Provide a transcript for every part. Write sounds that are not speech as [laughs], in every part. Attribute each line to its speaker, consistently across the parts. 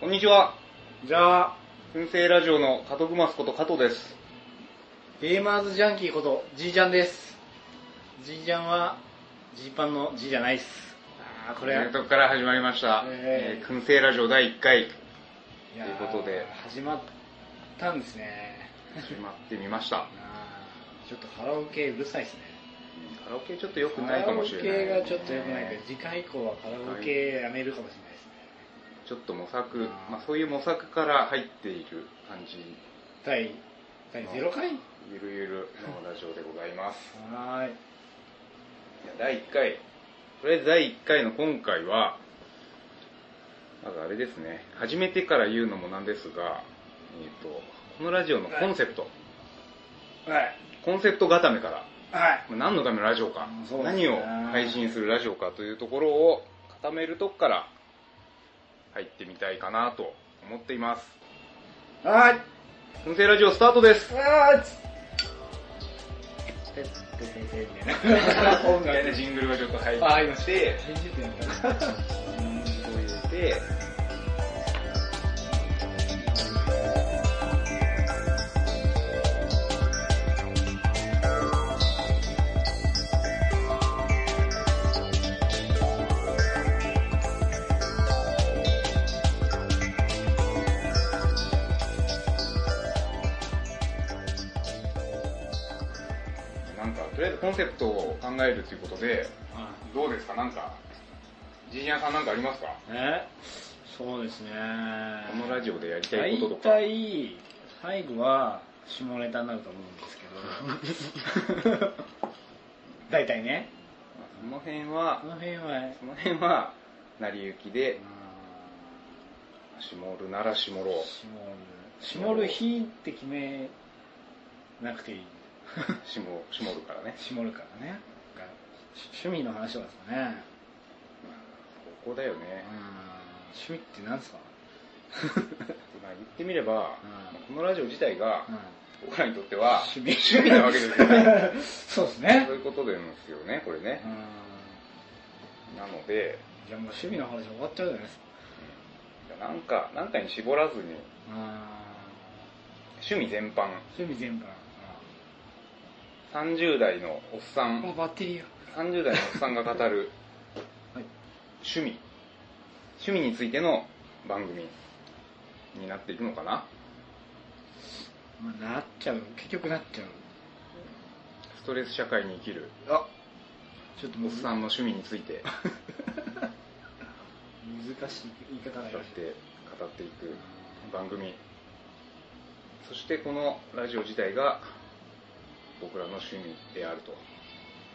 Speaker 1: こんにちは。
Speaker 2: じゃあ、
Speaker 1: 燻製ラジオの加藤グマスこと加藤です。
Speaker 2: ゲーマーズジャンキーこと、ジージャンです。ジージャンは、ジーパンの G じゃないっす。あーこれ、い
Speaker 1: えーとこから始まりました。え
Speaker 2: え
Speaker 1: ー
Speaker 2: ー
Speaker 1: 燻製ラジオ第1回、
Speaker 2: やー
Speaker 1: ということで
Speaker 2: 始まったんですね。
Speaker 1: 始まってみました。
Speaker 2: あーちょっとカラオケうるさいっすね。
Speaker 1: カラオケちょっと良くないかもしれない。
Speaker 2: カラオケがちょっと良くないけど、次回以降はカラオケやめるかもしれないですね。
Speaker 1: ちょっと模索、まあそういう模索から入っている感じ、
Speaker 2: 第、第0回
Speaker 1: ゆるゆるのラジオでございます。
Speaker 2: はーい。
Speaker 1: いや第1回、とりあえず第1回の今回は、まずあれですね、初めてから言うのもなんですが、えーと、このラジオのコンセプト、
Speaker 2: はい。
Speaker 1: コンセプト固めから、
Speaker 2: はい。
Speaker 1: まあ何のためのラジオか、
Speaker 2: うんそうですね
Speaker 1: 何を配信するラジオかというところを固めるとこから入ってみたいかなと思っています。
Speaker 2: はい。
Speaker 1: 音声ラジオスタートです
Speaker 2: あーちてってててみたいな
Speaker 1: [laughs]
Speaker 2: 音楽
Speaker 1: ジングルがちょっと入っ、
Speaker 2: あ入りまして編集点だ [laughs] ったな
Speaker 1: こう入れて、なんか、とりあえずコンセプトを考えるということで、どうですかなんか、ジーニアさんなんかありますか
Speaker 2: えそうですね
Speaker 1: このラジオでやりたい
Speaker 2: 大
Speaker 1: こととか。
Speaker 2: 体最後は下ネタになると思うんですけど大体ね
Speaker 1: まあその辺
Speaker 2: こ
Speaker 1: は、
Speaker 2: の辺は
Speaker 1: その辺は、成り行きで、しもるならしもろう。
Speaker 2: 下る下る日って決めなくていい
Speaker 1: しも、しもるからね。
Speaker 2: 下るからねなんか趣味の話はですかね
Speaker 1: まあここだよね。
Speaker 2: 趣味って何ですか
Speaker 1: まあ言ってみれば、
Speaker 2: うん
Speaker 1: まあこのラジオ自体が、僕らにとっては、
Speaker 2: 趣味
Speaker 1: 趣味なわけですよね。
Speaker 2: そうですね
Speaker 1: そういうことなんですよね、これね
Speaker 2: う。ん
Speaker 1: なので、
Speaker 2: じゃあもう趣味の話終わっちゃうじゃないですか
Speaker 1: なんか、なんかに絞らずに、
Speaker 2: うん
Speaker 1: 趣味全般、
Speaker 2: 趣味全般
Speaker 1: 30代のおっさん
Speaker 2: もうバッテリーよ
Speaker 1: 30代のおっさんが語る
Speaker 2: はい
Speaker 1: 趣味趣味についての番組になっていくのかな
Speaker 2: まあなっちゃう結局なっちゃう
Speaker 1: ストレス社会に生きる
Speaker 2: あちょっと
Speaker 1: お
Speaker 2: も
Speaker 1: っ
Speaker 2: う
Speaker 1: さんの趣味について
Speaker 2: 難しい言い方
Speaker 1: 語っ
Speaker 2: が
Speaker 1: て語っていく番組そしてこのラジオ自体が僕らの趣味であると、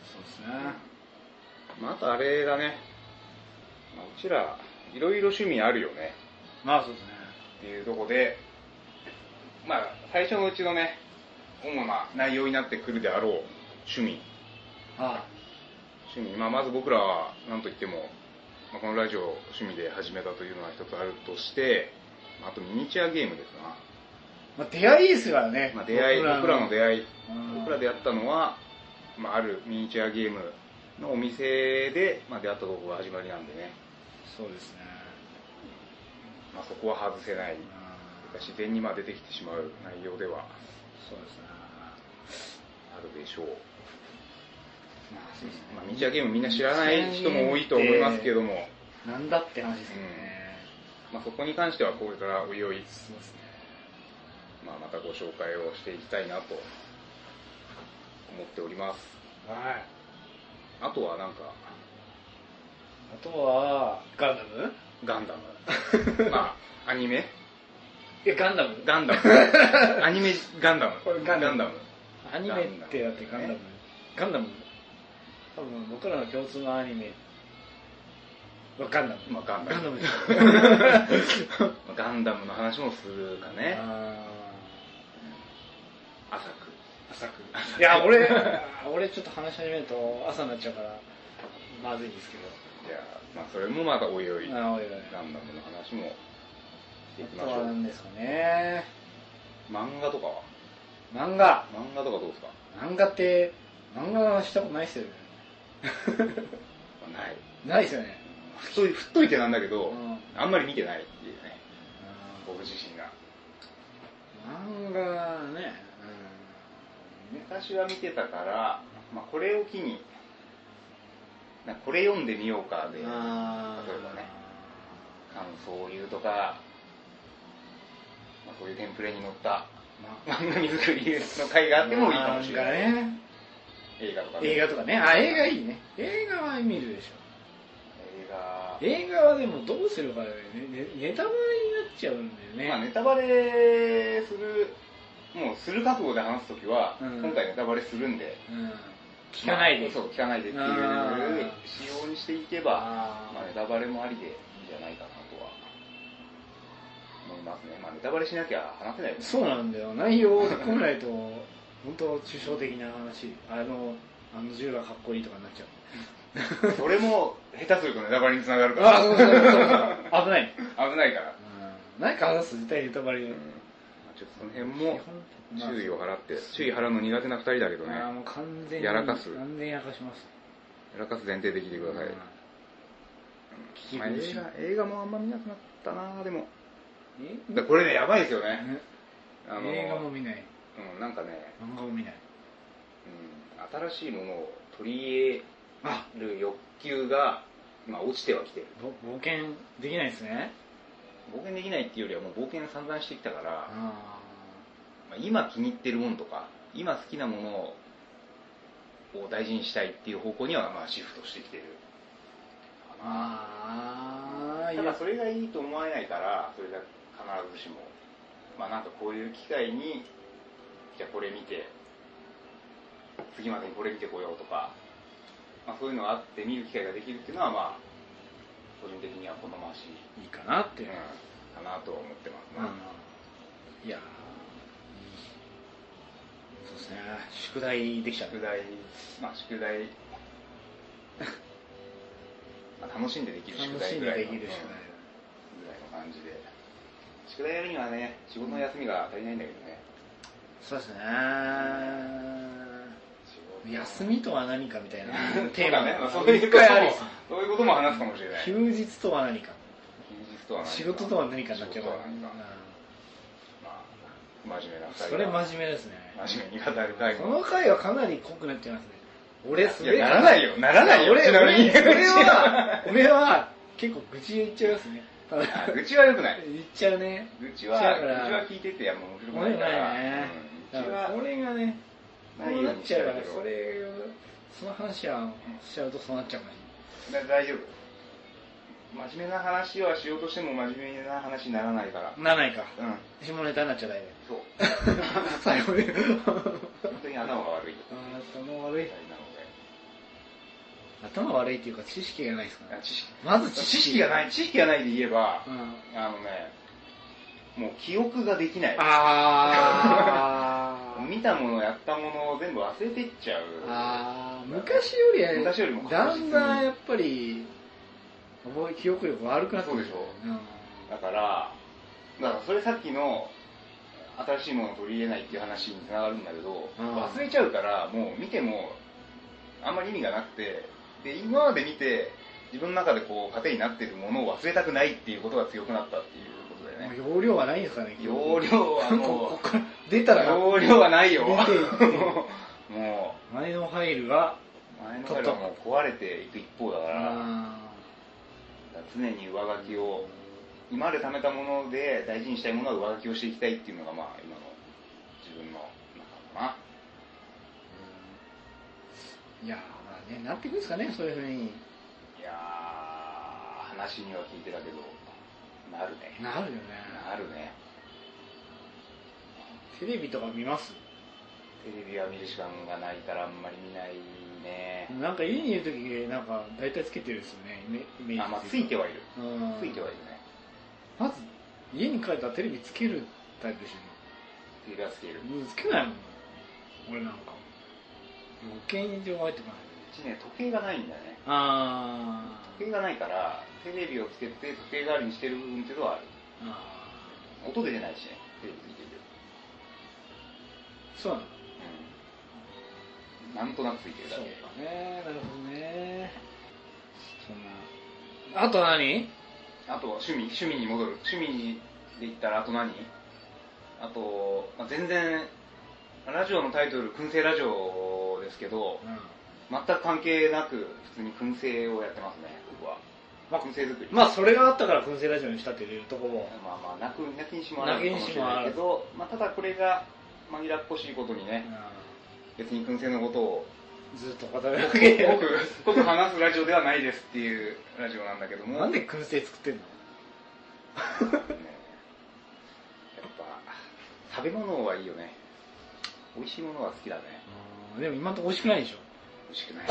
Speaker 2: そうですね
Speaker 1: まあ、あとあれだね、まあ、うちらいろいろ趣味あるよね
Speaker 2: まあそうですね
Speaker 1: っていうとこで、まあ、最初のうちのね、主な内容になってくるであろう趣味。
Speaker 2: あ
Speaker 1: 趣味。まあ、まず僕らは、なんといっても、まあ、このラジオを趣味で始めたというのは一つあるとして、まああとミニチュアゲームですな。
Speaker 2: まあ出会いですからね
Speaker 1: まあ、出会い、僕らの出会い。
Speaker 2: うん
Speaker 1: 僕らでやったのは、まあ、あるミニチュアゲームのお店で、まあ、出会ったところが始まりなんでね、
Speaker 2: そうですね
Speaker 1: まあ、そこは外せない
Speaker 2: うん。
Speaker 1: 自然にまあ出てきてしまう内容では
Speaker 2: そうですね
Speaker 1: あるでしょう。
Speaker 2: まあそうですね
Speaker 1: まあ、ミニチュアゲームみんな知らない人も多いと思いますけども、
Speaker 2: なんだって話ですよね。
Speaker 1: まあ、そこに関してはこれからおいおい、
Speaker 2: そうですね。
Speaker 1: まあ、またご紹介をしていきたいなと思っております。
Speaker 2: はい。
Speaker 1: あとはなんか、
Speaker 2: あとは、ガンダム
Speaker 1: ガンダ
Speaker 2: [laughs]
Speaker 1: ム。まあ、アニメ
Speaker 2: え、ガンダム
Speaker 1: ガン
Speaker 2: [laughs]
Speaker 1: ダム。アニメガンダム。
Speaker 2: これガンダム
Speaker 1: ガンダム。
Speaker 2: アニメってだってガンダム。
Speaker 1: ね
Speaker 2: ガンダム多分僕らの共通のアニメはガンダム。
Speaker 1: まあ、ガンダム。 [laughs]
Speaker 2: です
Speaker 1: まあガンダムの話もするか
Speaker 2: ね。
Speaker 1: ね。
Speaker 2: あ
Speaker 1: 浅
Speaker 2: ー浅く。いや、俺、俺ちょっと話し始めると朝になっちゃうから、まずいんですけど。
Speaker 1: く。いや、まあ、それもまたおいおい、ガン
Speaker 2: あーおいおい
Speaker 1: ダムの話もしていきま
Speaker 2: あと
Speaker 1: し
Speaker 2: は
Speaker 1: ょう。
Speaker 2: 何ですかね。
Speaker 1: 漫画とかは
Speaker 2: 漫画。
Speaker 1: 漫画とかどうですか
Speaker 2: 漫画って、漫画はしたことないっすよね。
Speaker 1: ない。
Speaker 2: ないですよね。
Speaker 1: 太い、太いってなんだけど、
Speaker 2: うん
Speaker 1: あんまり見てないっていうね。
Speaker 2: あ
Speaker 1: 僕自身が。
Speaker 2: 漫画ね、
Speaker 1: 昔は見てたから、まあ、これを機に、なんかこれ読んでみようか
Speaker 2: う
Speaker 1: で
Speaker 2: ん、、あー
Speaker 1: 例えばね感想を言うとか、まあ、そういうテンプレに載った
Speaker 2: ま
Speaker 1: 漫画作りの回があってもいいかもしれない。
Speaker 2: 漫画ね
Speaker 1: 映画とかね。
Speaker 2: 映画とかねあ映画いいね映画は見るでしょ
Speaker 1: 映画
Speaker 2: 映画はでもどうするかだよねねネタバレになっちゃうんだよね、
Speaker 1: まあ、ネタバレする、もうする覚悟で話すときは、
Speaker 2: うん
Speaker 1: 今回ネタバレするんで、
Speaker 2: うん、聞かないで、
Speaker 1: まあそう、聞かないでっていう
Speaker 2: あー
Speaker 1: 仕様にしていけば、
Speaker 2: あ
Speaker 1: まあ、ネタバレもありでいいんじゃないかなとは思いますね。まあ、ネタバレしなきゃ話せないもん
Speaker 2: ー
Speaker 1: ね
Speaker 2: そうなんだよ内容を突っ込めないと本当抽象的な話あのあの銃がかっこいいとかになっちゃう
Speaker 1: [laughs] それも下手するとネタバレにつながるか
Speaker 2: あ
Speaker 1: ら
Speaker 2: あ、そうそうそうそう。 [laughs] 危ない。
Speaker 1: 危ないから、
Speaker 2: うん。なんか話すと絶対ネタバレ
Speaker 1: うん
Speaker 2: に
Speaker 1: まあちょっとその辺も注意を払って注意払うの苦手な2人だけどね
Speaker 2: ああ、もう完全に。
Speaker 1: やらかす
Speaker 2: 完全にやらかします。
Speaker 1: やらかす前提で聞いてください、
Speaker 2: うん聞き
Speaker 1: まあ
Speaker 2: 苦し
Speaker 1: 映
Speaker 2: い
Speaker 1: 画映画もあんま見なくなったなでも
Speaker 2: え
Speaker 1: だからこれねやばいですよね
Speaker 2: ね
Speaker 1: あの
Speaker 2: 映画も見ない。
Speaker 1: うん、なんかね、
Speaker 2: 漫画も見ない。
Speaker 1: うん、新しいものを取り入
Speaker 2: あ
Speaker 1: れる欲求が、まあ、落ちてはきてる
Speaker 2: ぼ冒険できないですね。
Speaker 1: 冒険できないっていうよりはもう冒険散々してきたから、
Speaker 2: あ
Speaker 1: まあ今気に入ってるものとか今好きなものを大事にしたいっていう方向にはまあシフトしてきてる
Speaker 2: ー
Speaker 1: かな
Speaker 2: あー。い
Speaker 1: ただ
Speaker 2: や
Speaker 1: それがいいと思えないからそれが必ずしもまあなんかこういう機会にじゃあこれ見て次までにこれ見てこようとか、まあ、そういうのがあって見る機会ができるっていうのはまあ個人的には好ましい、
Speaker 2: いいかなって
Speaker 1: うん
Speaker 2: いう。
Speaker 1: かなとは思ってます
Speaker 2: う
Speaker 1: な、
Speaker 2: んいやーいいそうですね。宿題できちゃう
Speaker 1: 宿。題まあ宿題まあ楽しんでできる宿
Speaker 2: 楽し
Speaker 1: 題
Speaker 2: ん
Speaker 1: ぐ
Speaker 2: で
Speaker 1: らい
Speaker 2: で
Speaker 1: の
Speaker 2: きる宿
Speaker 1: うん
Speaker 2: 題。
Speaker 1: ぐらいの感じで宿題やるにはね仕事の休みが足りないんだけどね
Speaker 2: そうですね。
Speaker 1: 仕事の
Speaker 2: 休みとは何かみたいな
Speaker 1: そう
Speaker 2: テー
Speaker 1: だ
Speaker 2: マ
Speaker 1: ね
Speaker 2: が
Speaker 1: そういう
Speaker 2: 一
Speaker 1: こと
Speaker 2: 回あります
Speaker 1: もそういうことも話すかもしれない休
Speaker 2: 休日とは何か。
Speaker 1: 日とは何か
Speaker 2: 仕事とは何かになっちゃ
Speaker 1: 仕
Speaker 2: うか
Speaker 1: 事
Speaker 2: ら
Speaker 1: とは何かまあ真面目な
Speaker 2: うん
Speaker 1: 二人
Speaker 2: それ真面目ですね。
Speaker 1: 目真面目に語るタイプ
Speaker 2: この回はかなり濃くなってますね。俺、す
Speaker 1: い
Speaker 2: げえ。
Speaker 1: やならないよならないよ
Speaker 2: 俺、
Speaker 1: ち
Speaker 2: 俺
Speaker 1: なみに
Speaker 2: 俺は、俺は、結構愚痴言っちゃいますね。ただ
Speaker 1: [laughs] あ愚痴は良くない
Speaker 2: 言っちゃうね。
Speaker 1: 愚痴は
Speaker 2: だ
Speaker 1: 愚
Speaker 2: か
Speaker 1: 痴
Speaker 2: ら
Speaker 1: は聞いてていやもう面白
Speaker 2: ご
Speaker 1: くな
Speaker 2: め
Speaker 1: い
Speaker 2: ん
Speaker 1: か
Speaker 2: ない
Speaker 1: ら
Speaker 2: ね。
Speaker 1: うん
Speaker 2: だ
Speaker 1: 愚痴
Speaker 2: から
Speaker 1: は
Speaker 2: これがね、こ
Speaker 1: ないうよ
Speaker 2: な
Speaker 1: う
Speaker 2: っ
Speaker 1: にし
Speaker 2: ち
Speaker 1: た
Speaker 2: ゃ
Speaker 1: いうけ
Speaker 2: か
Speaker 1: ど
Speaker 2: ら、それ、その話はしちゃうとそうなっちゃうかもし
Speaker 1: だ大丈夫真面目な話はしようとしても真面目な話にならないから
Speaker 2: れない。ならないか。
Speaker 1: うん
Speaker 2: 下ネタになっちゃダメ。
Speaker 1: そう
Speaker 2: [laughs]
Speaker 1: [laughs]
Speaker 2: 最後に。
Speaker 1: 本当に頭が悪い
Speaker 2: 頭悪
Speaker 1: み
Speaker 2: い
Speaker 1: た。いなので
Speaker 2: 頭悪いっていうか知識がないですか
Speaker 1: あ
Speaker 2: ら。
Speaker 1: 知識
Speaker 2: まず。
Speaker 1: 知識がないい知識がないで言えば
Speaker 2: うん。
Speaker 1: あのねもう記憶ができない
Speaker 2: あー。
Speaker 1: 見たものやったものを全部忘れてっちゃう
Speaker 2: あー昔よりはね、
Speaker 1: 昔よりも
Speaker 2: だ
Speaker 1: 確実
Speaker 2: ん
Speaker 1: に
Speaker 2: だんやっぱり、覚え、記憶力悪くなって
Speaker 1: そうでしょだからだからそれさっきの新しいものを取り入れないっていう話につながるんだけど、
Speaker 2: うん
Speaker 1: 忘れちゃうからもう見てもあんまり意味がなくてで今まで見て自分の中でこう糧になってるものを忘れたくないっていうことが強くなったっていうことだよね
Speaker 2: うん。容量はないんですかね、
Speaker 1: 容量は
Speaker 2: こ
Speaker 1: も
Speaker 2: こから出
Speaker 1: う
Speaker 2: たら、
Speaker 1: 容量はないよ [laughs] も
Speaker 2: 出ていって
Speaker 1: うも
Speaker 2: 前のファイルが、
Speaker 1: う前の回はもう壊れていく一方だから
Speaker 2: あ
Speaker 1: 常に上書きを今まで貯めたもので大事にしたいものは上書きをしていきたいっていうのがまあ今の自分の中かな
Speaker 2: ーいやー、まあね、なってくるんですかね、そういうふうに。
Speaker 1: いやー話には聞いてたけどなるね
Speaker 2: なるよね。
Speaker 1: なるね
Speaker 2: テレビとか見ます
Speaker 1: テレビは見る時間がないからあんまり見ないね、
Speaker 2: なんか家にいるとき、なんか大体つけてるですよね、イメイメージ
Speaker 1: あまあついて
Speaker 2: は。
Speaker 1: はいる
Speaker 2: うん
Speaker 1: ついてはいるね
Speaker 2: まず、家に帰ったらテレビつけるタイプでし
Speaker 1: テレビはつける
Speaker 2: ょ。もうつけないもん。俺なんか。余計に情報入ってこない。
Speaker 1: うちね時計がないんだよね
Speaker 2: あ
Speaker 1: 時計がないからテレビをつけて時計代わりにしてる部分っていうのはある
Speaker 2: あ
Speaker 1: 音出てないしねテレビついてるけど
Speaker 2: ー。そうなの
Speaker 1: うんなんとなくついてるだ
Speaker 2: そう
Speaker 1: け
Speaker 2: かね、なるほどね。そんな。あとは何
Speaker 1: あとは趣味趣味に戻る趣味にで言ったら、あと何あと、まあ、全然、ラジオのタイトル、燻製ラジオですけど、全く関係なく、普通に燻製をやってますね、僕は。まあ、燻製作り。
Speaker 2: まあそれがあったから燻製ラジオにしたっていうとこも
Speaker 1: まあまあ、なく、なきにしもあらずか
Speaker 2: なき
Speaker 1: も
Speaker 2: に
Speaker 1: し
Speaker 2: し
Speaker 1: れ
Speaker 2: もあ
Speaker 1: な
Speaker 2: ら
Speaker 1: い
Speaker 2: ず
Speaker 1: けど、まあ、ただこれが、紛らっこしいことにね、別に燻製のことを、
Speaker 2: ずっと語る
Speaker 1: す
Speaker 2: わ
Speaker 1: ごく、
Speaker 2: け
Speaker 1: すごくすごく話すラジオではないですっていうラジオなんだけども。
Speaker 2: なんで燻製作ってんの
Speaker 1: ねやっぱ、食べ物はいいよね。美味しいものは好きだね。
Speaker 2: でも今んとこ美味しくないでしょ
Speaker 1: 美味しくない。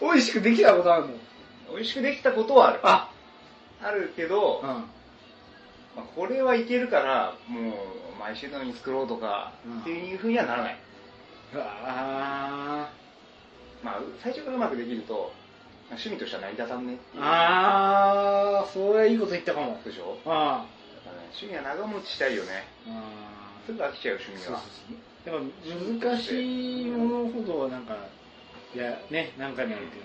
Speaker 2: 美味しくできたことあるの
Speaker 1: [laughs] 美味しくできたことはある。
Speaker 2: あ
Speaker 1: あるけど、
Speaker 2: うん
Speaker 1: まあ、これはいけるから、もう、毎週のように作ろうとか、
Speaker 2: うん
Speaker 1: っていうふうにはならない。
Speaker 2: うわあ
Speaker 1: まあ、最初からうまくできると、まあ趣味としては成り立たんねっていう。
Speaker 2: あーそれいいこと言ったかも
Speaker 1: でしょ
Speaker 2: あ
Speaker 1: だからね趣味は長持ちしたいよね。
Speaker 2: ーあ
Speaker 1: すぐ飽きちゃう趣
Speaker 2: ー
Speaker 1: 味
Speaker 2: そう
Speaker 1: は。
Speaker 2: そうそうやっぱ難しいものほどなんかいやねなんかにあるっていう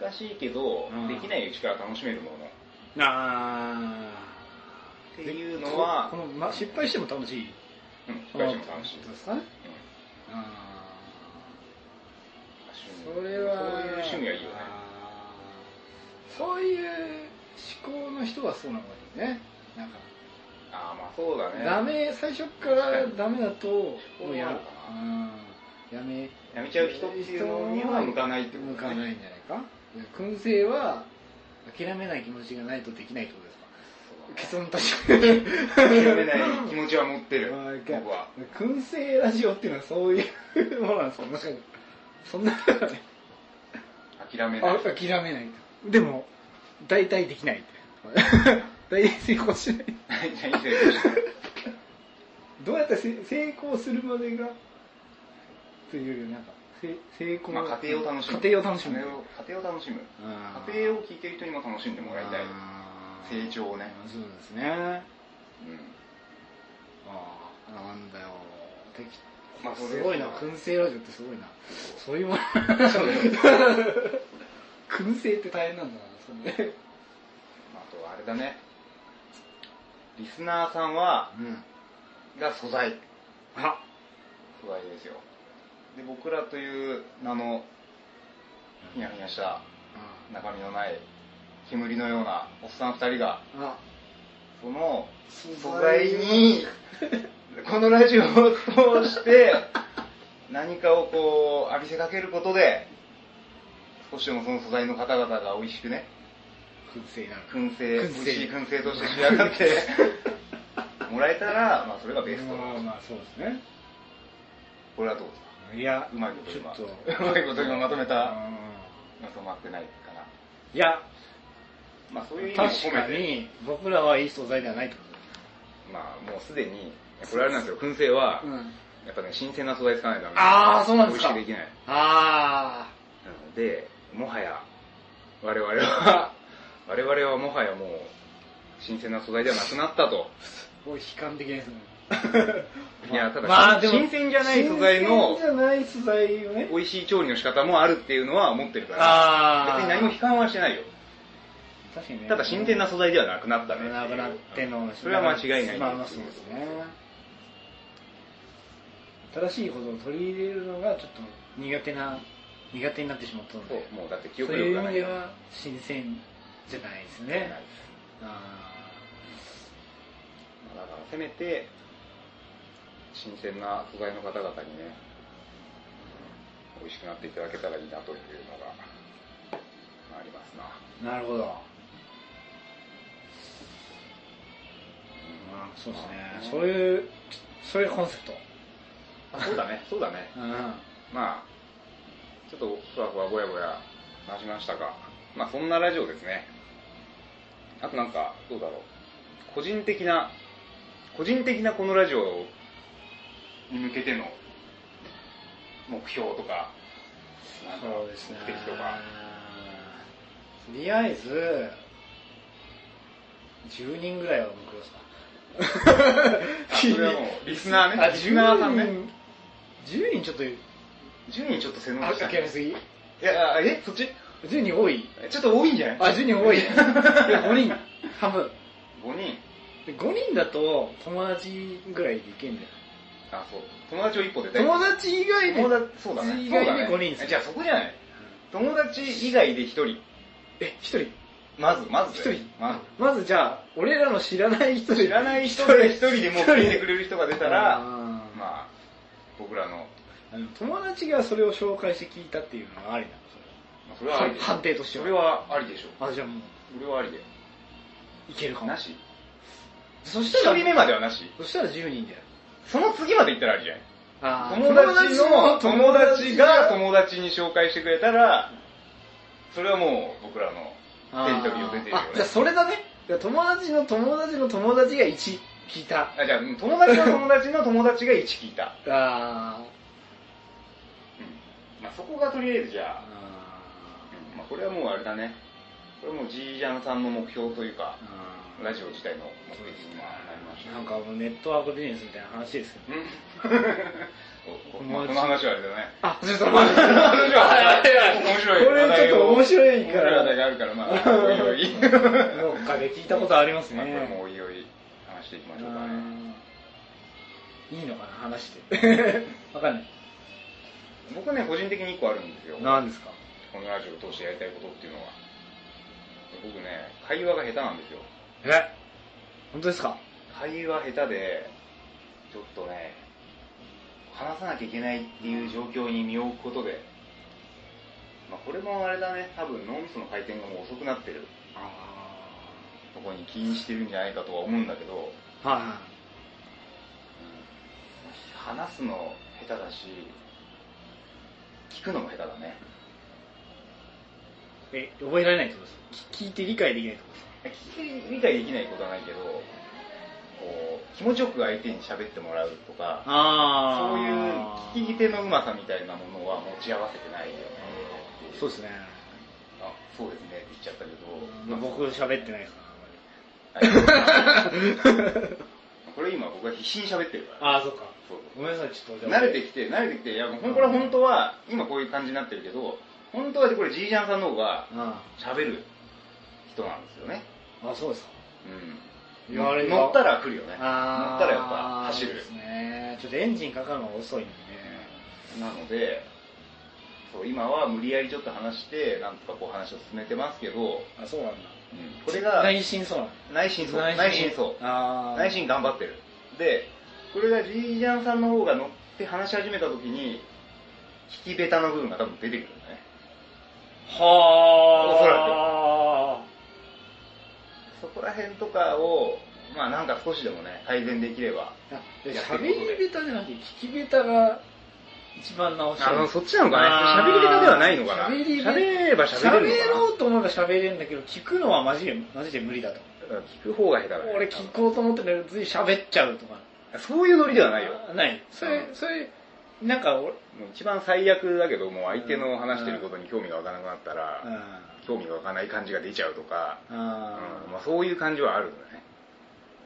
Speaker 2: か
Speaker 1: 難しいけど、
Speaker 2: うん
Speaker 1: できないうちから楽しめるもの。っ
Speaker 2: あ
Speaker 1: ていうのは、
Speaker 2: この、ま、失敗しても楽しい
Speaker 1: うん、失敗しても楽しい。
Speaker 2: ですかね
Speaker 1: うん
Speaker 2: あー
Speaker 1: そ
Speaker 2: そ
Speaker 1: れ
Speaker 2: れ
Speaker 1: は
Speaker 2: は
Speaker 1: そういう趣味はいいよね
Speaker 2: あーそういう思考の人はそうなのがいいねなんか
Speaker 1: ああまあそうだね
Speaker 2: ダメ最初からダメだとも
Speaker 1: そう
Speaker 2: う
Speaker 1: な
Speaker 2: や
Speaker 1: のか
Speaker 2: うんやめ
Speaker 1: やめちゃう人っていうのには向かないってことね
Speaker 2: 向かないんじゃないか燻製は諦めない気持ちがないとできないってことですか結論確かに
Speaker 1: 諦めない気持ちは持ってる
Speaker 2: あーいや
Speaker 1: 僕は
Speaker 2: 燻製ラジオっていうのはそういうものなんですかもしかしてそんなことはね
Speaker 1: 諦めな [laughs]
Speaker 2: あ
Speaker 1: い
Speaker 2: 諦めないでも大体できない [laughs] 大体成功しない
Speaker 1: 何成功した
Speaker 2: [laughs] どうやってせ成功するまでがというよりなんかせ成功
Speaker 1: まあ家庭を楽しむ
Speaker 2: 家庭を楽しむ
Speaker 1: 家庭を家庭を楽しむ
Speaker 2: あー
Speaker 1: 家庭を聞いてる人にも楽しんでもらいたい
Speaker 2: あ
Speaker 1: 成
Speaker 2: ー
Speaker 1: 長をね
Speaker 2: そうですね
Speaker 1: うん
Speaker 2: ああなんだよ適
Speaker 1: まあそれ
Speaker 2: すごいな燻製ラジオってすごいなそういうもの [laughs]
Speaker 1: そうだよ
Speaker 2: 燻製って大変なんだなそれね
Speaker 1: あとあれだねリスナーさんは
Speaker 2: うん
Speaker 1: が素材
Speaker 2: あ
Speaker 1: 素材ですよで僕らという名のふにゃふにゃした中身のない煙のようなおっさん二人が
Speaker 2: あ
Speaker 1: その
Speaker 2: 素
Speaker 1: 素材に、このラジオを通して、何かをこう、浴びせかけることで、少しでもその素材の方々が美味しくね、
Speaker 2: 燻製なの
Speaker 1: 燻製、美
Speaker 2: 燻製
Speaker 1: 味しい燻製として仕上がってもらえたら、まあそれがベスト。
Speaker 2: まあまあそうですね
Speaker 1: これはどう
Speaker 2: いや
Speaker 1: うまいこと
Speaker 2: ちょ
Speaker 1: 今、
Speaker 2: っと
Speaker 1: うまいこと今まとめ
Speaker 2: う
Speaker 1: た、
Speaker 2: ん
Speaker 1: まとまってないかな。
Speaker 2: いや
Speaker 1: まあそういう意味
Speaker 2: 確
Speaker 1: も込
Speaker 2: か
Speaker 1: めて、
Speaker 2: に僕らはいい素材ではないってこ
Speaker 1: まあもうすでに、これあれなんですよ、燻製は
Speaker 2: と、うん、
Speaker 1: やっぱね、新鮮な素材使わないとダメ。
Speaker 2: ああそうなんです
Speaker 1: 美
Speaker 2: か
Speaker 1: 味しくできない。
Speaker 2: あ
Speaker 1: なので、もはや、我々は、 [laughs] 我々はもはやもう、新鮮な素材ではなくなったと。
Speaker 2: あすごい悲観的ですね
Speaker 1: [laughs] いや、ただ、
Speaker 2: まあでも
Speaker 1: 新鮮じゃない素材の
Speaker 2: 新鮮じゃない素材をね
Speaker 1: 美味しい調理の仕方もあるっていうのは思ってるから、
Speaker 2: ああ
Speaker 1: 別に何も悲観はしてないよ。
Speaker 2: 確かにね
Speaker 1: ただ、新鮮な素材ではなくなったね。
Speaker 2: なくなってんの
Speaker 1: それは間違いない
Speaker 2: まあまあそうですね新しいことを取り入れるのがちょっと苦手な苦手になってしまったの
Speaker 1: そう
Speaker 2: で、
Speaker 1: もうだって記
Speaker 2: そう
Speaker 1: 憶
Speaker 2: い
Speaker 1: 力
Speaker 2: う
Speaker 1: が
Speaker 2: 意
Speaker 1: な
Speaker 2: 味
Speaker 1: い。
Speaker 2: では新鮮じゃないですね
Speaker 1: ない
Speaker 2: あ
Speaker 1: だから、せめて、新鮮な素材の方々にね、美味しくなっていただけたらいいなというのが、ありますな。
Speaker 2: ーなるほどまあそうですねそういうそういうコンセプト
Speaker 1: あそうだね、そうだね。
Speaker 2: うん
Speaker 1: まあ、ちょっとふわふわぼやぼや話しましたが、まあそんなラジオですね。あとなんか、どうだろう。個人的な、個人的なこのラジオに向けての目標とか、なんか
Speaker 2: そうですね
Speaker 1: 目的とか。
Speaker 2: とりあえず10人ぐらいは目標 [laughs] ですか
Speaker 1: あそれはもう、リスナーね。
Speaker 2: あ
Speaker 1: リスナーさんね。
Speaker 2: 10人10人ちょっと
Speaker 1: 10人ちょっと洗脳
Speaker 2: あ
Speaker 1: した。
Speaker 2: 諦めすぎ
Speaker 1: いや、えそっち
Speaker 2: 10人多い
Speaker 1: ちょっと多いんじゃない
Speaker 2: あ、10人
Speaker 1: [laughs]
Speaker 2: 多い。いや5人。半分。
Speaker 1: 5人。
Speaker 2: で5人だと友達ぐらいでいけんだよ。
Speaker 1: あ、そう。友達を一歩で
Speaker 2: 友達以外で。
Speaker 1: 友達、そうだね。
Speaker 2: 以外で
Speaker 1: そうだね
Speaker 2: 五人っす
Speaker 1: じゃあそこじゃない。友達以外で一人。
Speaker 2: え、1人
Speaker 1: まず、まず。
Speaker 2: 一人
Speaker 1: ま
Speaker 2: まずじゃあ、俺らの知らない人
Speaker 1: ず。
Speaker 2: で。
Speaker 1: 知らない人で一人でもう聞いてく
Speaker 2: る
Speaker 1: れる人が出たら、
Speaker 2: まあ
Speaker 1: まあ、僕らの、
Speaker 2: あの友達がそれを紹介して聞いたっていうのはありなの
Speaker 1: まあそ
Speaker 2: そ
Speaker 1: れ
Speaker 2: れ
Speaker 1: はありでしょ
Speaker 2: は判。定として
Speaker 1: そ
Speaker 2: は。
Speaker 1: れはありでしょ。
Speaker 2: あ、じゃあも
Speaker 1: それはありで。
Speaker 2: う、いけるかも
Speaker 1: な。し
Speaker 2: そ
Speaker 1: 一
Speaker 2: した
Speaker 1: 人
Speaker 2: ら、
Speaker 1: 目まではなし。
Speaker 2: そしたら10人だよ。
Speaker 1: その次まで行ったらありじゃない
Speaker 2: あー
Speaker 1: 友達の友達が
Speaker 2: 友
Speaker 1: 友達に紹介してくれたら、それはもう僕らの、
Speaker 2: あー
Speaker 1: テリトリーを出てるよね
Speaker 2: あ、じゃあそれだね。じゃあ友達の友達の友達が1聞いた。
Speaker 1: あ、じゃあ友達の友達の友達が1聞いた。
Speaker 2: あ
Speaker 1: うんまあ、そこがとりあえずじゃ
Speaker 2: ー
Speaker 1: あ、まあ、これはもうあれだね。これはもうジージャンさんの目標というか、ラジオ自体の目的にまあなりました。
Speaker 2: なんかもうネットワークビジネスみたいな話ですけど。
Speaker 1: うん [laughs] おおまあこの話はあれだ [laughs] ね。
Speaker 2: あ、ちょっと
Speaker 1: この話は [laughs] 面
Speaker 2: こ
Speaker 1: 白い。
Speaker 2: れちょっと面白い
Speaker 1: 面
Speaker 2: か
Speaker 1: 白い話題
Speaker 2: ら、
Speaker 1: があるから、まあ、 [laughs] おいおい。
Speaker 2: どっかで聞いたことあります
Speaker 1: まあ、これ
Speaker 2: ね。
Speaker 1: もおいおい話していきましょうかね。
Speaker 2: あーいいのかな、話して。わかんない。
Speaker 1: 僕ね、個人的に1個あるんですよ。
Speaker 2: 何ですか
Speaker 1: このラジオを通してやりたいことっていうのは。僕ね、会話が下手なんですよ。
Speaker 2: え本当ですか
Speaker 1: 会話下手で、ちょっとね、話さなきゃいけないっていう状況に身を置くことで、まあ、これもあれだね、多分脳みその回転がもう遅くなってるとこに起因してるんじゃないかとは思うんだけど、うん
Speaker 2: はいはい。
Speaker 1: 話すの下手だし、聞くのも下手だね。
Speaker 2: え、覚えられないってことですか聞いて理解できないってことですか
Speaker 1: 聞き理解できないことはないけど、こう気持ちよく相手に喋ってもらうとか、
Speaker 2: あ
Speaker 1: そういう聞き
Speaker 2: 手
Speaker 1: 手のうまさみたいなものは持ち合わせてないよねってい
Speaker 2: そうですね。
Speaker 1: あそうですねって言っちゃったけど、
Speaker 2: 僕喋ってないですか
Speaker 1: はいこれ今僕は必死に喋ってるから。
Speaker 2: ら。あー、そっか。
Speaker 1: そう
Speaker 2: ごめんなさい、ちょっと。
Speaker 1: 慣れてきて、慣れてきて、いや、もうこれ本当は、今こういう感じになってるけど、本当はこれジージャンさんの方が
Speaker 2: あ
Speaker 1: 喋る人なんですよね。
Speaker 2: ーあ、そうですか。
Speaker 1: うん。
Speaker 2: いやあれ
Speaker 1: 乗ったら来るよね。乗った
Speaker 2: あー
Speaker 1: らやっぱ走
Speaker 2: そう
Speaker 1: る
Speaker 2: で。すね。ちょっとエンジンかかるのが遅いんでね。
Speaker 1: なので、そう今は無理やりちょっと話して、なんとかこう話を進めてますけど、
Speaker 2: あ、そうなんだ。
Speaker 1: これが
Speaker 2: 内心そうなんだ。
Speaker 1: 内心そう。内心そう。
Speaker 2: あー
Speaker 1: 内心頑張ってる。で、これがジージャンさんの方が乗って話し始めた時に、聞き下手の部分が多分出てくるんだね。おそ
Speaker 2: はあ。
Speaker 1: そこら辺とかを、まあなんか少しでもね、改善できれば。
Speaker 2: いや喋り下手じゃなくて、聞き下手が一番直し
Speaker 1: あ
Speaker 2: たい
Speaker 1: の、そっちなのか
Speaker 2: あー
Speaker 1: ね喋り方ではないのかな
Speaker 2: 喋り
Speaker 1: 喋れば
Speaker 2: 喋
Speaker 1: 喋れるの
Speaker 2: ろうと思えば喋れるんだけど、聞くのはマジで、マジで無理だと。
Speaker 1: かな聞く方が下手だね。
Speaker 2: 俺聞こうと思ってんだけど、つい喋っちゃうとか。
Speaker 1: そういうノリではないよ。
Speaker 2: ない。それ、それ、なんか俺、
Speaker 1: もう一番最悪だけど、もう相手の話してることに興味が湧かなくなったら、
Speaker 2: うん。
Speaker 1: 興味が湧かない感じが出ちゃうとか、
Speaker 2: あ
Speaker 1: うん
Speaker 2: ー
Speaker 1: まあ、そういう感じはあるん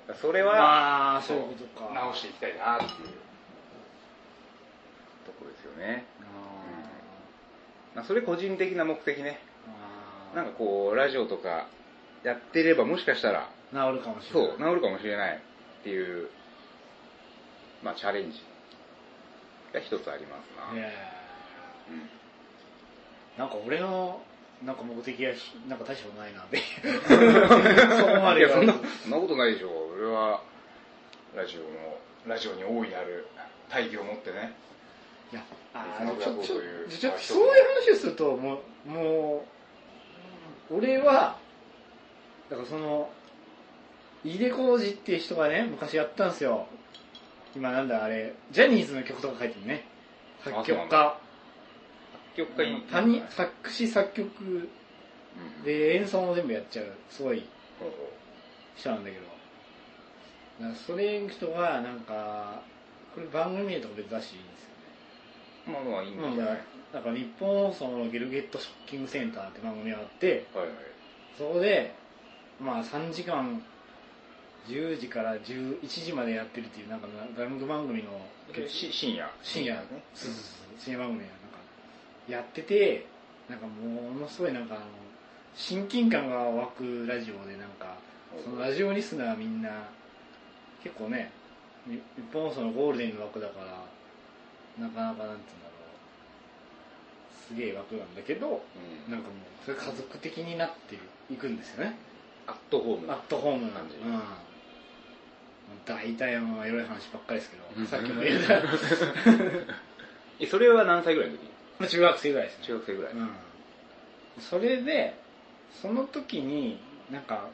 Speaker 1: だね。それは、
Speaker 2: まあ、そういうことか。
Speaker 1: 直していきたいなっていうところですよね。
Speaker 2: あ
Speaker 1: まあ、それ個人的な目的ね。
Speaker 2: ー
Speaker 1: なんかこう、ラジオとかやってればもしかしたら、
Speaker 2: 治るかもしれ
Speaker 1: そ
Speaker 2: な
Speaker 1: う
Speaker 2: い。、
Speaker 1: 治るかもしれないっていう、まあチャレンジが一つありますな。
Speaker 2: ねえなんか俺の、なんか目的は、なんか大したことないなって。
Speaker 1: [laughs]
Speaker 2: そこまで
Speaker 1: いや、
Speaker 2: 言
Speaker 1: そ
Speaker 2: わ
Speaker 1: ん
Speaker 2: れ
Speaker 1: な、
Speaker 2: る
Speaker 1: そんなことないでしょ。俺は、ラジオの、ラジオに大いなる大義を持ってね。
Speaker 2: いや、あの、ちょ、ちょ
Speaker 1: そういう、
Speaker 2: ちょ、そういう話をすると、もう、もう、俺は、だからその、井出浩二っていう人がね、昔やったんですよ。今なんだあれ、ジャニーズの曲とか書いてるね。作曲家。
Speaker 1: 作曲家に。
Speaker 2: 他人、作詞作曲
Speaker 1: うん
Speaker 2: で演奏も全部やっちゃう。すごい
Speaker 1: そうそう
Speaker 2: 人なんだけど。なんかそれ人が、なんか、これ番組名とか別だしいいんですよ。
Speaker 1: まあまあいいんだ
Speaker 2: う
Speaker 1: け
Speaker 2: ん、
Speaker 1: どね。
Speaker 2: だ
Speaker 1: は
Speaker 2: か
Speaker 1: い
Speaker 2: ら日本放送のゲルゲットショッキングセンターって番組があって、
Speaker 1: はい。
Speaker 2: そこで、まあ3時間、10時から11時までやってるっていう、なんか外務番組の
Speaker 1: し深夜。
Speaker 2: 深夜
Speaker 1: ね、。
Speaker 2: そうそうそう深夜番組やなんかやってて、なんかものすごいなんかあの親近感が湧くラジオでなんかそのラジオリスナーみんな結構ね日日本放送のゴールデンの枠だからなかなかなんて言うんだろうすげえ枠なんだけど
Speaker 1: うん
Speaker 2: なんかもうそれ家族的になっていくんですよね
Speaker 1: アットホーム
Speaker 2: アットホームな
Speaker 1: 感じ
Speaker 2: うん大体あのエロい話ばっかりですけ
Speaker 1: うん
Speaker 2: どさっきも言った
Speaker 1: [laughs]
Speaker 2: [laughs]
Speaker 1: えそれは何歳ぐらいの時
Speaker 2: 中学生ぐらいですね
Speaker 1: 中学生ぐらい、
Speaker 2: うん、それでその時になんか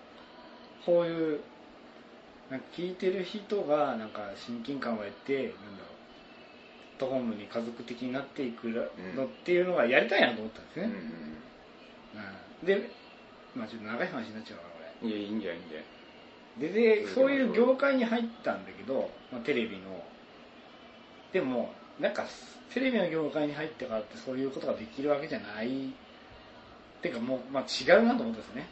Speaker 2: こういうなんか聞いてる人がなんか親近感を得てなんだろうアットホームに家族的になっていくら
Speaker 1: うん
Speaker 2: のっていうのがやりたいなと思ったんです
Speaker 1: うん
Speaker 2: ね、うんでまあちょっと長い話になっちゃうからこれ
Speaker 1: うん、いやいいんじゃないいいんじゃない
Speaker 2: でで
Speaker 1: そ
Speaker 2: そうう
Speaker 1: い
Speaker 2: いうう
Speaker 1: こと
Speaker 2: 業界に入ったんだけど、まあ、テレビのでもなんかテレビの業界に入ってからってそういうことができるわけじゃないっていうかもう、まあ、違うなと思ったんですね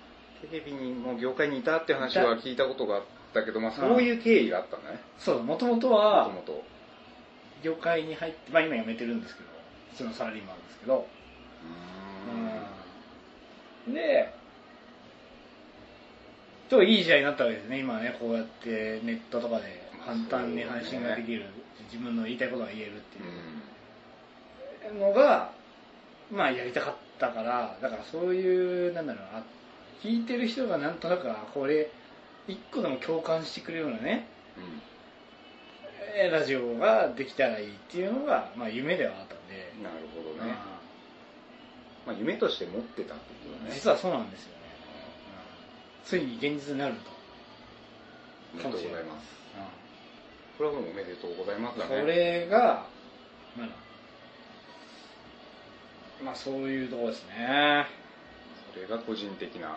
Speaker 1: テレビにもう業界にいたって話は聞いたことがあったけど、まあ、そういう経緯があったんだね
Speaker 2: そうもともと
Speaker 1: もと
Speaker 2: は
Speaker 1: もと
Speaker 2: 業界に入ってまあ今辞めてるんですけど普通のサラリーマンですけど、うんでちょっといい時代になったわけですね今ねこうやってネットとかで簡単に配信ができる、自分の言いたいことが言えるっていう、のが、まあ、やりたかったから、だからそういう、なんだろうな、聞いてる人がなんとなく、あこれ、一個でも共感してくれるようなね、
Speaker 1: う
Speaker 2: えーラジオができたらいいっていうのが、まあ、夢ではあったんで、
Speaker 1: んなるほどね、
Speaker 2: まあ
Speaker 1: まあ、夢として持ってたっていうことね
Speaker 2: 実はそうなんですよね。うんついに現実になると。
Speaker 1: おめでとうございますこれはもうおめでとうございますだ
Speaker 2: そ
Speaker 1: ね
Speaker 2: れが、まあ、まあ、そういうところですね。
Speaker 1: それが個人的な、うん、
Speaker 2: うん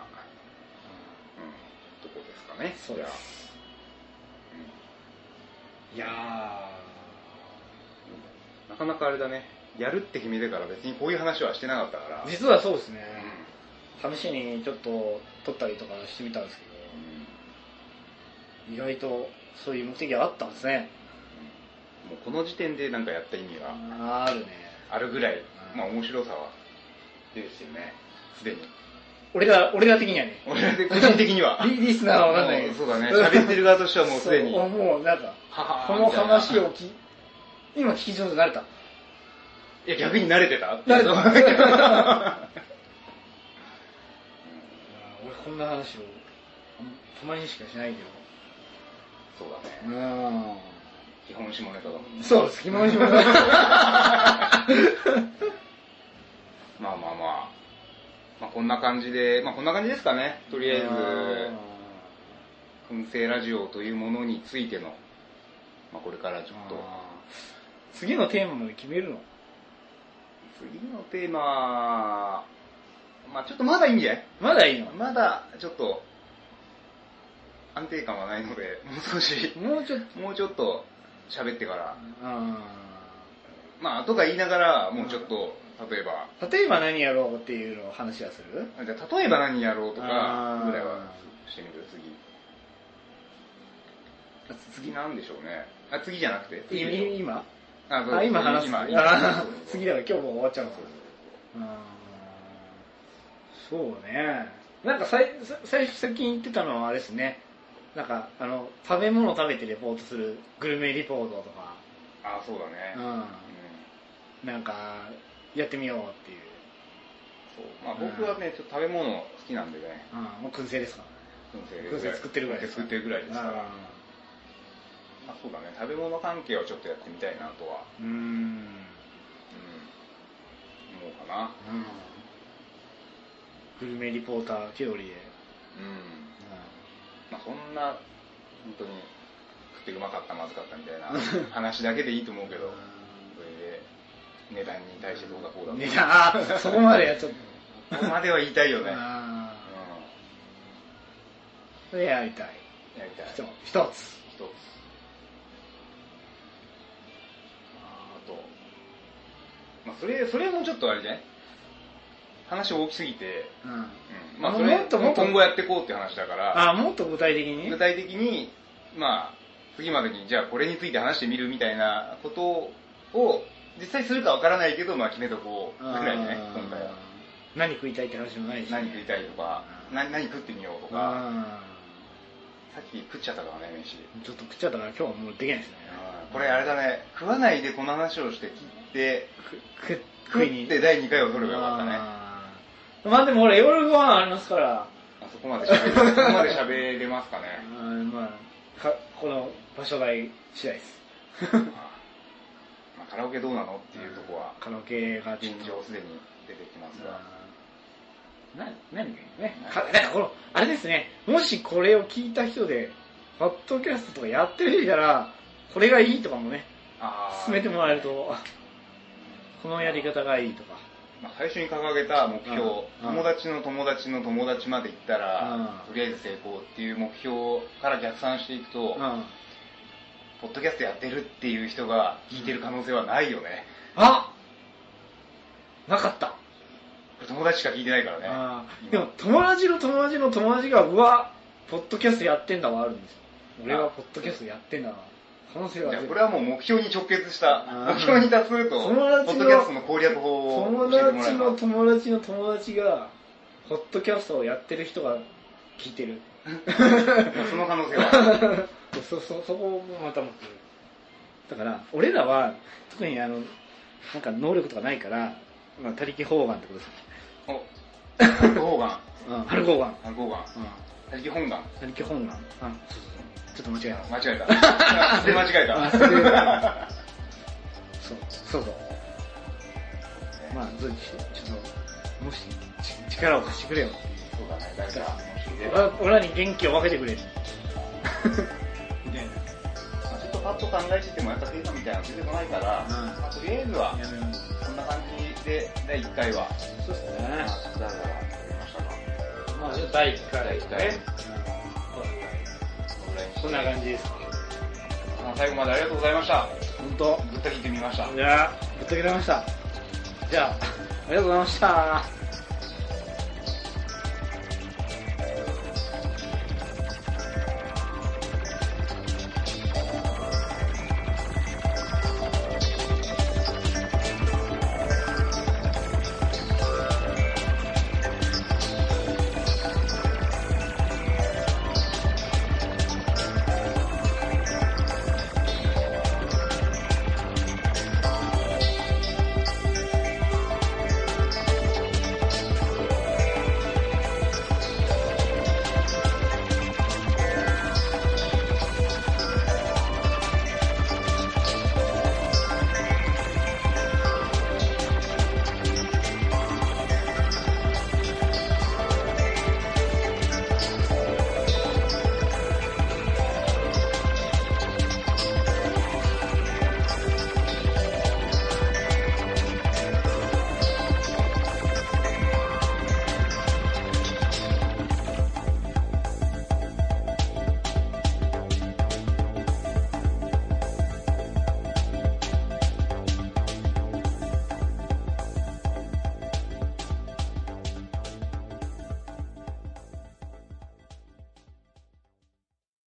Speaker 1: とこですかね
Speaker 2: そう
Speaker 1: じゃ
Speaker 2: で
Speaker 1: あ
Speaker 2: す。いや
Speaker 1: なかなかあれだねやるって決めてから別にこういう話はしてなかったから
Speaker 2: ー、実はそうですね。
Speaker 1: う
Speaker 2: 試しにちょっと撮ったりとかしてみたんです
Speaker 1: んう
Speaker 2: け
Speaker 1: ん
Speaker 2: ど、意外とそういう目的があったんですね。
Speaker 1: もうこの時点でなんかやった意味が
Speaker 2: ああるね。
Speaker 1: あるぐらい、
Speaker 2: うん
Speaker 1: まあ面白さは出てきてるね、すでに。
Speaker 2: 俺ら、俺ら的にはね。
Speaker 1: 俺らで [laughs] 個人的には。
Speaker 2: リリスナーはわかんないけ
Speaker 1: もう
Speaker 2: ど。
Speaker 1: そうだね、喋ってる側としてはもうすでに。
Speaker 2: そもうなんか、この話を。聞き、今聞き上手になれた。
Speaker 1: いや、逆に慣れてた [laughs]
Speaker 2: 慣れてた
Speaker 1: う
Speaker 2: 俺こんな話を、たまにしかしない
Speaker 1: ん
Speaker 2: け
Speaker 1: そうだね。
Speaker 2: ど。うん。
Speaker 1: 基本下ネタだもんね。
Speaker 2: そうです、気持ちも。
Speaker 1: まあまあまあ。まあこんな感じで、まあこんな感じですかね。とりあえず、燻製ラジオというものについての、まあこれからちょっと。
Speaker 2: 次のテーマまで決めるの
Speaker 1: 次のテーマ、まあちょっとまだいいんじゃない
Speaker 2: まだいいの
Speaker 1: まだちょっと安定感はないので、もう少し、
Speaker 2: もうちょっと
Speaker 1: もうちょっと喋ってから、
Speaker 2: あ
Speaker 1: まあとか言いながら、もうちょっと、例えば、
Speaker 2: ー例えば何やろうっていうのを話はする
Speaker 1: じゃあ例えば何やろうとか
Speaker 2: あー
Speaker 1: ぐらいはしてみる、次。次なんでしょうね。あ、次じゃなくて、次でしょ
Speaker 2: い今
Speaker 1: あそう
Speaker 2: あ今話す
Speaker 1: 今、今
Speaker 2: あ
Speaker 1: そうそう
Speaker 2: ー [laughs]
Speaker 1: そう
Speaker 2: 次だから今日もう終わっちゃうの
Speaker 1: そう
Speaker 2: あーそうねなんかさいさ最初最近言ってたのはあれですねなんかあの食べ物食べてレポートするグルメリポートとか、
Speaker 1: あ、そうだね。うん
Speaker 2: うん、なんかやってみようっていう、
Speaker 1: そうまあ僕はね、ちょっと食べ物好きなんでね、
Speaker 2: うん、もう燻製ですか
Speaker 1: 燻製
Speaker 2: 燻製作ってるぐらいですか
Speaker 1: 作ってるぐらいですから。
Speaker 2: あー
Speaker 1: まあ、そうだね食べ物関係をちょっとやってみたいなとは、
Speaker 2: うーん。
Speaker 1: うん、思うかな
Speaker 2: グルメリポーター気取りで。
Speaker 1: うんまあそんな本当に食ってうまかったまずかったみたいな [laughs] 話だけでいいと思うけどそれで値段に対してどうだこうだ
Speaker 2: 値段、あーそこまでやっちゃっ
Speaker 1: ここまでは言いたいよ
Speaker 2: た。
Speaker 1: [laughs] ね、うん、や
Speaker 2: あーそれやりたい。
Speaker 1: りたい
Speaker 2: ひ
Speaker 1: 一
Speaker 2: と
Speaker 1: つ
Speaker 2: 一つ。
Speaker 1: あと、まあ、それそれもちょっとあれじゃない話大きすぎて
Speaker 2: うん。
Speaker 1: うんまあ、そ
Speaker 2: も
Speaker 1: れ
Speaker 2: っともっと
Speaker 1: 今後やっていこうって話だから、
Speaker 2: あー、もっと具体的に
Speaker 1: 具体的に、まあ、次までに、じゃあこれについて話してみるみたいなことを、実際するかわからないけど、まあ決めとこうぐらいね、今回は。
Speaker 2: あ何食いたいって話もないし、ね、
Speaker 1: 何食いたいとか、
Speaker 2: うん
Speaker 1: な何食ってみようとか、
Speaker 2: あ
Speaker 1: さっき食っちゃったからね、飯。
Speaker 2: ーちょっと食っちゃったから今日はもうできないですね
Speaker 1: うんこれあれだね、食わないでこの話をして切って、
Speaker 2: く
Speaker 1: 食って第2回を取ればよかったね。
Speaker 2: あーまあでも俺夜ご飯ありますから
Speaker 1: あそこまで喋れ、そこまで喋れます
Speaker 2: [laughs]
Speaker 1: かね。
Speaker 2: あーまあかこの場所代次第 [laughs] です
Speaker 1: まあ、カラオケどうなのっていうとこは、
Speaker 2: カラオケが
Speaker 1: 現状すでに出てきますが。
Speaker 2: な何がいいねかなんかこのあれですねもしこれを聞いた人でファットキャストとかやってる人いたらこれがいいとかもね
Speaker 1: あー
Speaker 2: 進めてもらえるとあこのやり方がいいとか
Speaker 1: まあ、最初に掲げた目標、
Speaker 2: うん
Speaker 1: 友達の友達の友達まで行ったら、
Speaker 2: う
Speaker 1: と
Speaker 2: ん
Speaker 1: りあえず成功っていう目標から逆算していくと、
Speaker 2: うん
Speaker 1: ポッドキャストやってるっていう人が聞いてる可能性はないよね。
Speaker 2: あなかった
Speaker 1: これ友達しか聞いてないからね。
Speaker 2: あー
Speaker 1: 今
Speaker 2: でも友達の友達の友達がうわポッドキャストやってんだはあるんですよ俺はポッドキャストやってんだな可能性は
Speaker 1: じゃあ
Speaker 2: ゼ
Speaker 1: こ
Speaker 2: ロ
Speaker 1: れはもう目標に直結した
Speaker 2: あー、
Speaker 1: 目標に達すると、ポ
Speaker 2: 友達の
Speaker 1: ッドキャストの攻略法を
Speaker 2: 友
Speaker 1: 教えてもら
Speaker 2: 達
Speaker 1: え
Speaker 2: の
Speaker 1: ます。
Speaker 2: 友達の友達がポッドキャストをやってる人が聞いてる
Speaker 1: その可能性は。
Speaker 2: [laughs] そそそこもまた持ってるだから俺らは特にあのなんか能力とかないから、まあ、他力本願ってことです
Speaker 1: お、アルコーガン、
Speaker 2: うん春本願
Speaker 1: アルコーガン、他力本
Speaker 2: [laughs]
Speaker 1: 願。
Speaker 2: 他力本願あそうそうそうちょっと間違えた
Speaker 1: 間
Speaker 2: [laughs]
Speaker 1: 違えた。で間違え
Speaker 2: あ
Speaker 1: た。
Speaker 2: それそうそうそうまあどうにしてちょっともしち力を貸してくれよ
Speaker 1: そうだね、誰か聞いてれば
Speaker 2: あ俺らに元気を分けてくれ [laughs] る
Speaker 1: でまあちょっとパッと考えててもやっぱデータみたいなの出てこないから、
Speaker 2: うん
Speaker 1: まあとりあえずは
Speaker 2: やめよう
Speaker 1: こんな感じで第1回は、
Speaker 2: そうですね
Speaker 1: まあだらだらやりましたが、
Speaker 2: まあじゃあ第1回
Speaker 1: 第
Speaker 2: で
Speaker 1: 1
Speaker 2: す
Speaker 1: 回
Speaker 2: ね、
Speaker 1: このぐらいにし
Speaker 2: こんな感じです
Speaker 1: まあ最後までありがとうございました。
Speaker 2: 本当
Speaker 1: ぶった切ってみました。
Speaker 2: じゃあぶっとけられましたじゃあありがとうございました